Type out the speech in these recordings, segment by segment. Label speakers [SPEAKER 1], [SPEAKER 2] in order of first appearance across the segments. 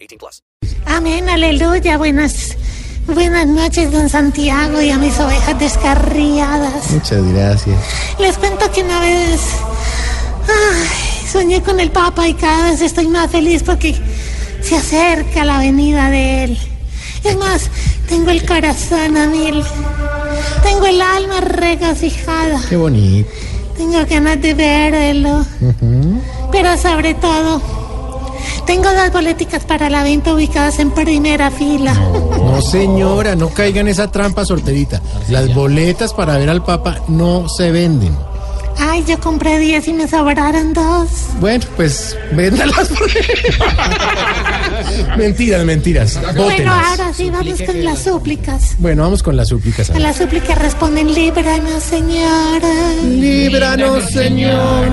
[SPEAKER 1] 18 plus.
[SPEAKER 2] Amén, aleluya. Buenas, buenas noches, don Santiago, y a mis ovejas descarriadas.
[SPEAKER 3] Muchas gracias.
[SPEAKER 2] Les cuento que una vez ay, soñé con el Papa y cada vez estoy más feliz porque se acerca la venida de él. Es más, tengo el corazón a mil. Tengo el alma regocijada.
[SPEAKER 3] Qué bonito.
[SPEAKER 2] Tengo ganas de verlo. Pero sobre todo, tengo dos boleticas para la venta ubicadas en primera fila.
[SPEAKER 3] No, señora, no caiga en esa trampa sorterita. Las boletas para ver al Papa no se venden.
[SPEAKER 2] Ay, yo compré 10 y me sobraron dos.
[SPEAKER 3] Bueno, pues véndalas. mentiras, mentiras.
[SPEAKER 2] Bueno,
[SPEAKER 3] Bótenlas.
[SPEAKER 2] ahora sí vamos con las súplicas.
[SPEAKER 3] Bueno, vamos con las súplicas.
[SPEAKER 2] A las súplicas responden, líbranos, señora,
[SPEAKER 3] Líbranos, Señor.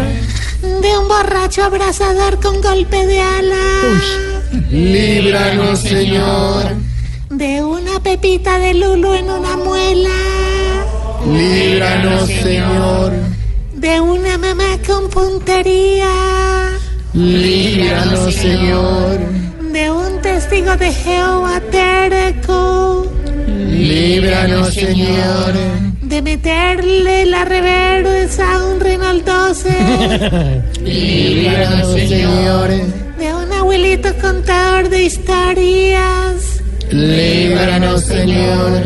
[SPEAKER 2] de un borracho abrasador con golpe de ala,
[SPEAKER 3] Líbranos, Señor.
[SPEAKER 2] de una pepita de lulu en una muela,
[SPEAKER 3] Líbranos, Señor.
[SPEAKER 2] de una mamá con puntería,
[SPEAKER 3] Líbranos, Señor.
[SPEAKER 2] de un testigo de Jehová terco,
[SPEAKER 3] Líbranos, Señor.
[SPEAKER 2] de meterle la reversa a un Renault 12,
[SPEAKER 3] Líbranos, Señor.
[SPEAKER 2] de un abuelito contador de historias.
[SPEAKER 3] Líbranos, Señor.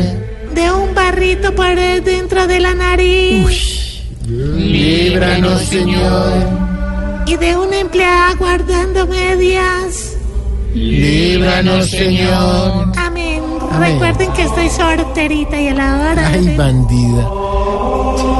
[SPEAKER 2] de un barrito por el- dentro de la nariz
[SPEAKER 3] Líbranos, Señor.
[SPEAKER 2] y de una empleada guardando medias.
[SPEAKER 3] Líbranos, Señor.
[SPEAKER 2] Amén.
[SPEAKER 3] Amén.
[SPEAKER 2] Recuerden que estoy sorterita y a la hora.
[SPEAKER 3] Ay,
[SPEAKER 2] de-
[SPEAKER 3] bandida.